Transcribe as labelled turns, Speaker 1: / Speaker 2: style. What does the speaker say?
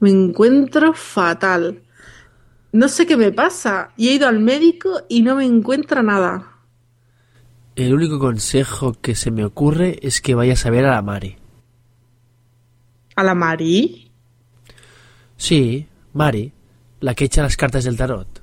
Speaker 1: Me encuentro fatal. No sé qué me pasa. Y he ido al médico y no me encuentra nada.
Speaker 2: El único consejo que se me ocurre es que vayas a ver a la Mari.
Speaker 1: ¿A la Mari?
Speaker 2: Sí, Mari, la que echa las cartas del tarot.